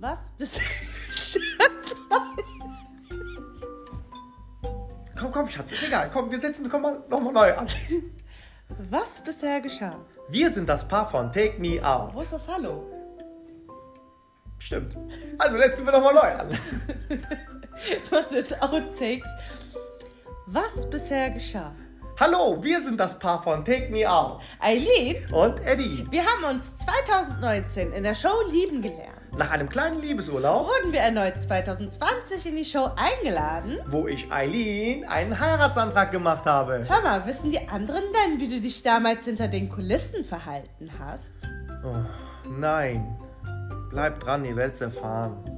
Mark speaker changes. Speaker 1: was? Das
Speaker 2: Komm, komm, Schatz, ist egal. Komm, wir setzen komm mal, noch mal neu an.
Speaker 1: was bisher geschah?
Speaker 2: Wir sind das Paar von Take Me Out.
Speaker 1: Wo ist das Hallo?
Speaker 2: Stimmt. Also setzen wir noch mal neu an.
Speaker 1: Was jetzt Outtakes? Was bisher geschah?
Speaker 2: Hallo, wir sind das Paar von Take Me Out
Speaker 1: Eileen,
Speaker 2: und Eddie.
Speaker 1: wir haben uns 2019 in der Show lieben gelernt.
Speaker 2: Nach einem kleinen Liebesurlaub,
Speaker 1: Wurden wir erneut 2020 in die Show eingeladen?
Speaker 2: wo ich Eileen einen Heiratsantrag gemacht habe.
Speaker 1: Hör mal, wissen die anderen denn, wie du dich damals hinter den Kulissen verhalten hast?
Speaker 2: Oh, nein. Bleib dran, ihr werdet erfahren.